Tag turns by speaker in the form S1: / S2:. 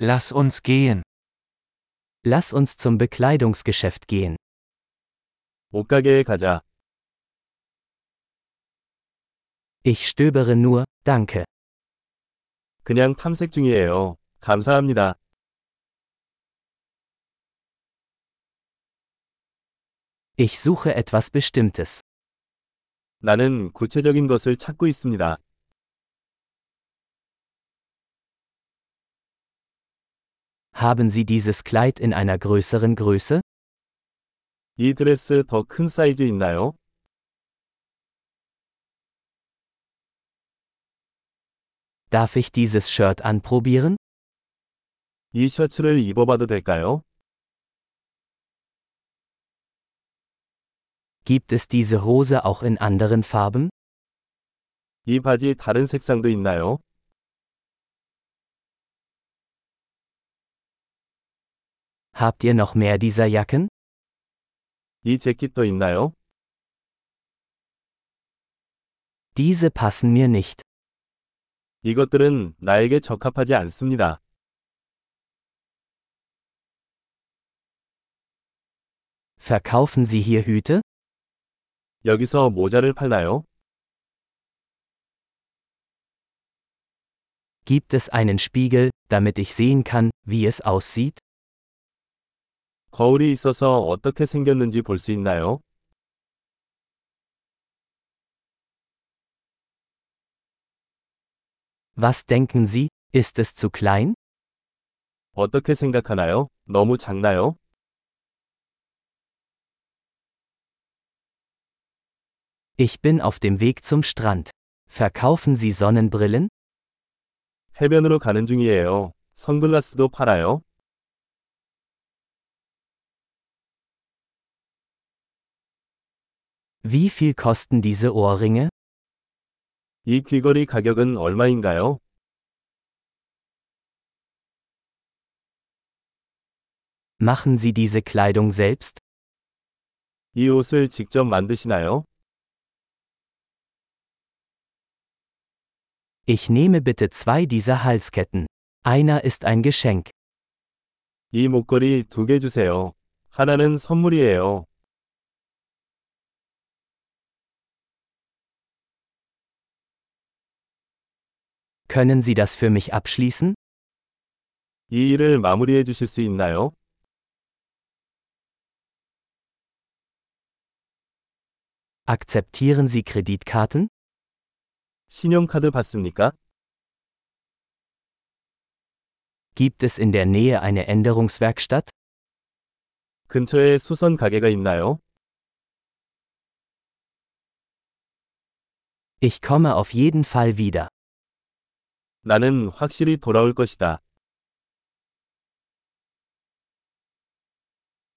S1: Lass uns gehen.
S2: Lass uns zum Bekleidungsgeschäft gehen.
S3: 옷가게에 가자.
S2: Ich stöbere nur, danke.
S3: 그냥 탐색 중이에요. 감사합니다.
S2: Ich suche etwas Bestimmtes.
S3: 나는 구체적인 것을 찾고 있습니다.
S2: Haben Sie dieses Kleid in einer größeren Größe?
S3: 이 드레스 더 큰 사이즈 있나요?
S2: Darf ich dieses Shirt anprobieren?
S3: 이 셔츠를 입어봐도 될까요?
S2: Gibt es diese Hose auch in anderen Farben?
S3: 이 바지 다른 색상도 있나요?
S2: Habt ihr noch mehr dieser Jacken?
S3: 이 재킷도 있나요?
S2: Diese passen mir nicht.
S3: 이것들은 나에게 적합하지 않습니다.
S2: Verkaufen Sie hier Hüte?
S3: 여기서 모자를 팔나요?
S2: Gibt es einen Spiegel, damit ich sehen kann, wie es aussieht?
S3: 거울이 있어서 어떻게 생겼는지 볼 수 있나요?
S2: Was denken Sie, ist es zu klein?
S3: 어떻게 생각하나요? 너무 작나요?
S2: Ich bin auf dem Weg zum Strand. Verkaufen Sie Sonnenbrillen?
S3: 해변으로 가는 중이에요. 선글라스도 팔아요?
S2: Wie viel kosten diese Ohrringe?
S3: 이 귀걸이 가격은 얼마인가요?
S2: Machen Sie diese Kleidung selbst?
S3: 이 옷을 직접 만드시나요?
S2: Ich nehme bitte zwei dieser Halsketten. Einer ist ein Geschenk.
S3: 이 목걸이 두 개 주세요. 하나는 선물이에요.
S2: Können Sie das für mich abschließen?
S3: 이 일을 마무리해 주실 수 있나요?
S2: Akzeptieren Sie Kreditkarten?
S3: 신용카드 받습니까?
S2: Gibt es in der Nähe eine Änderungswerkstatt?
S3: 근처에 수선 가게가 있나요?
S2: Ich komme auf jeden Fall wieder.
S3: 나는 확실히 돌아올 것이다.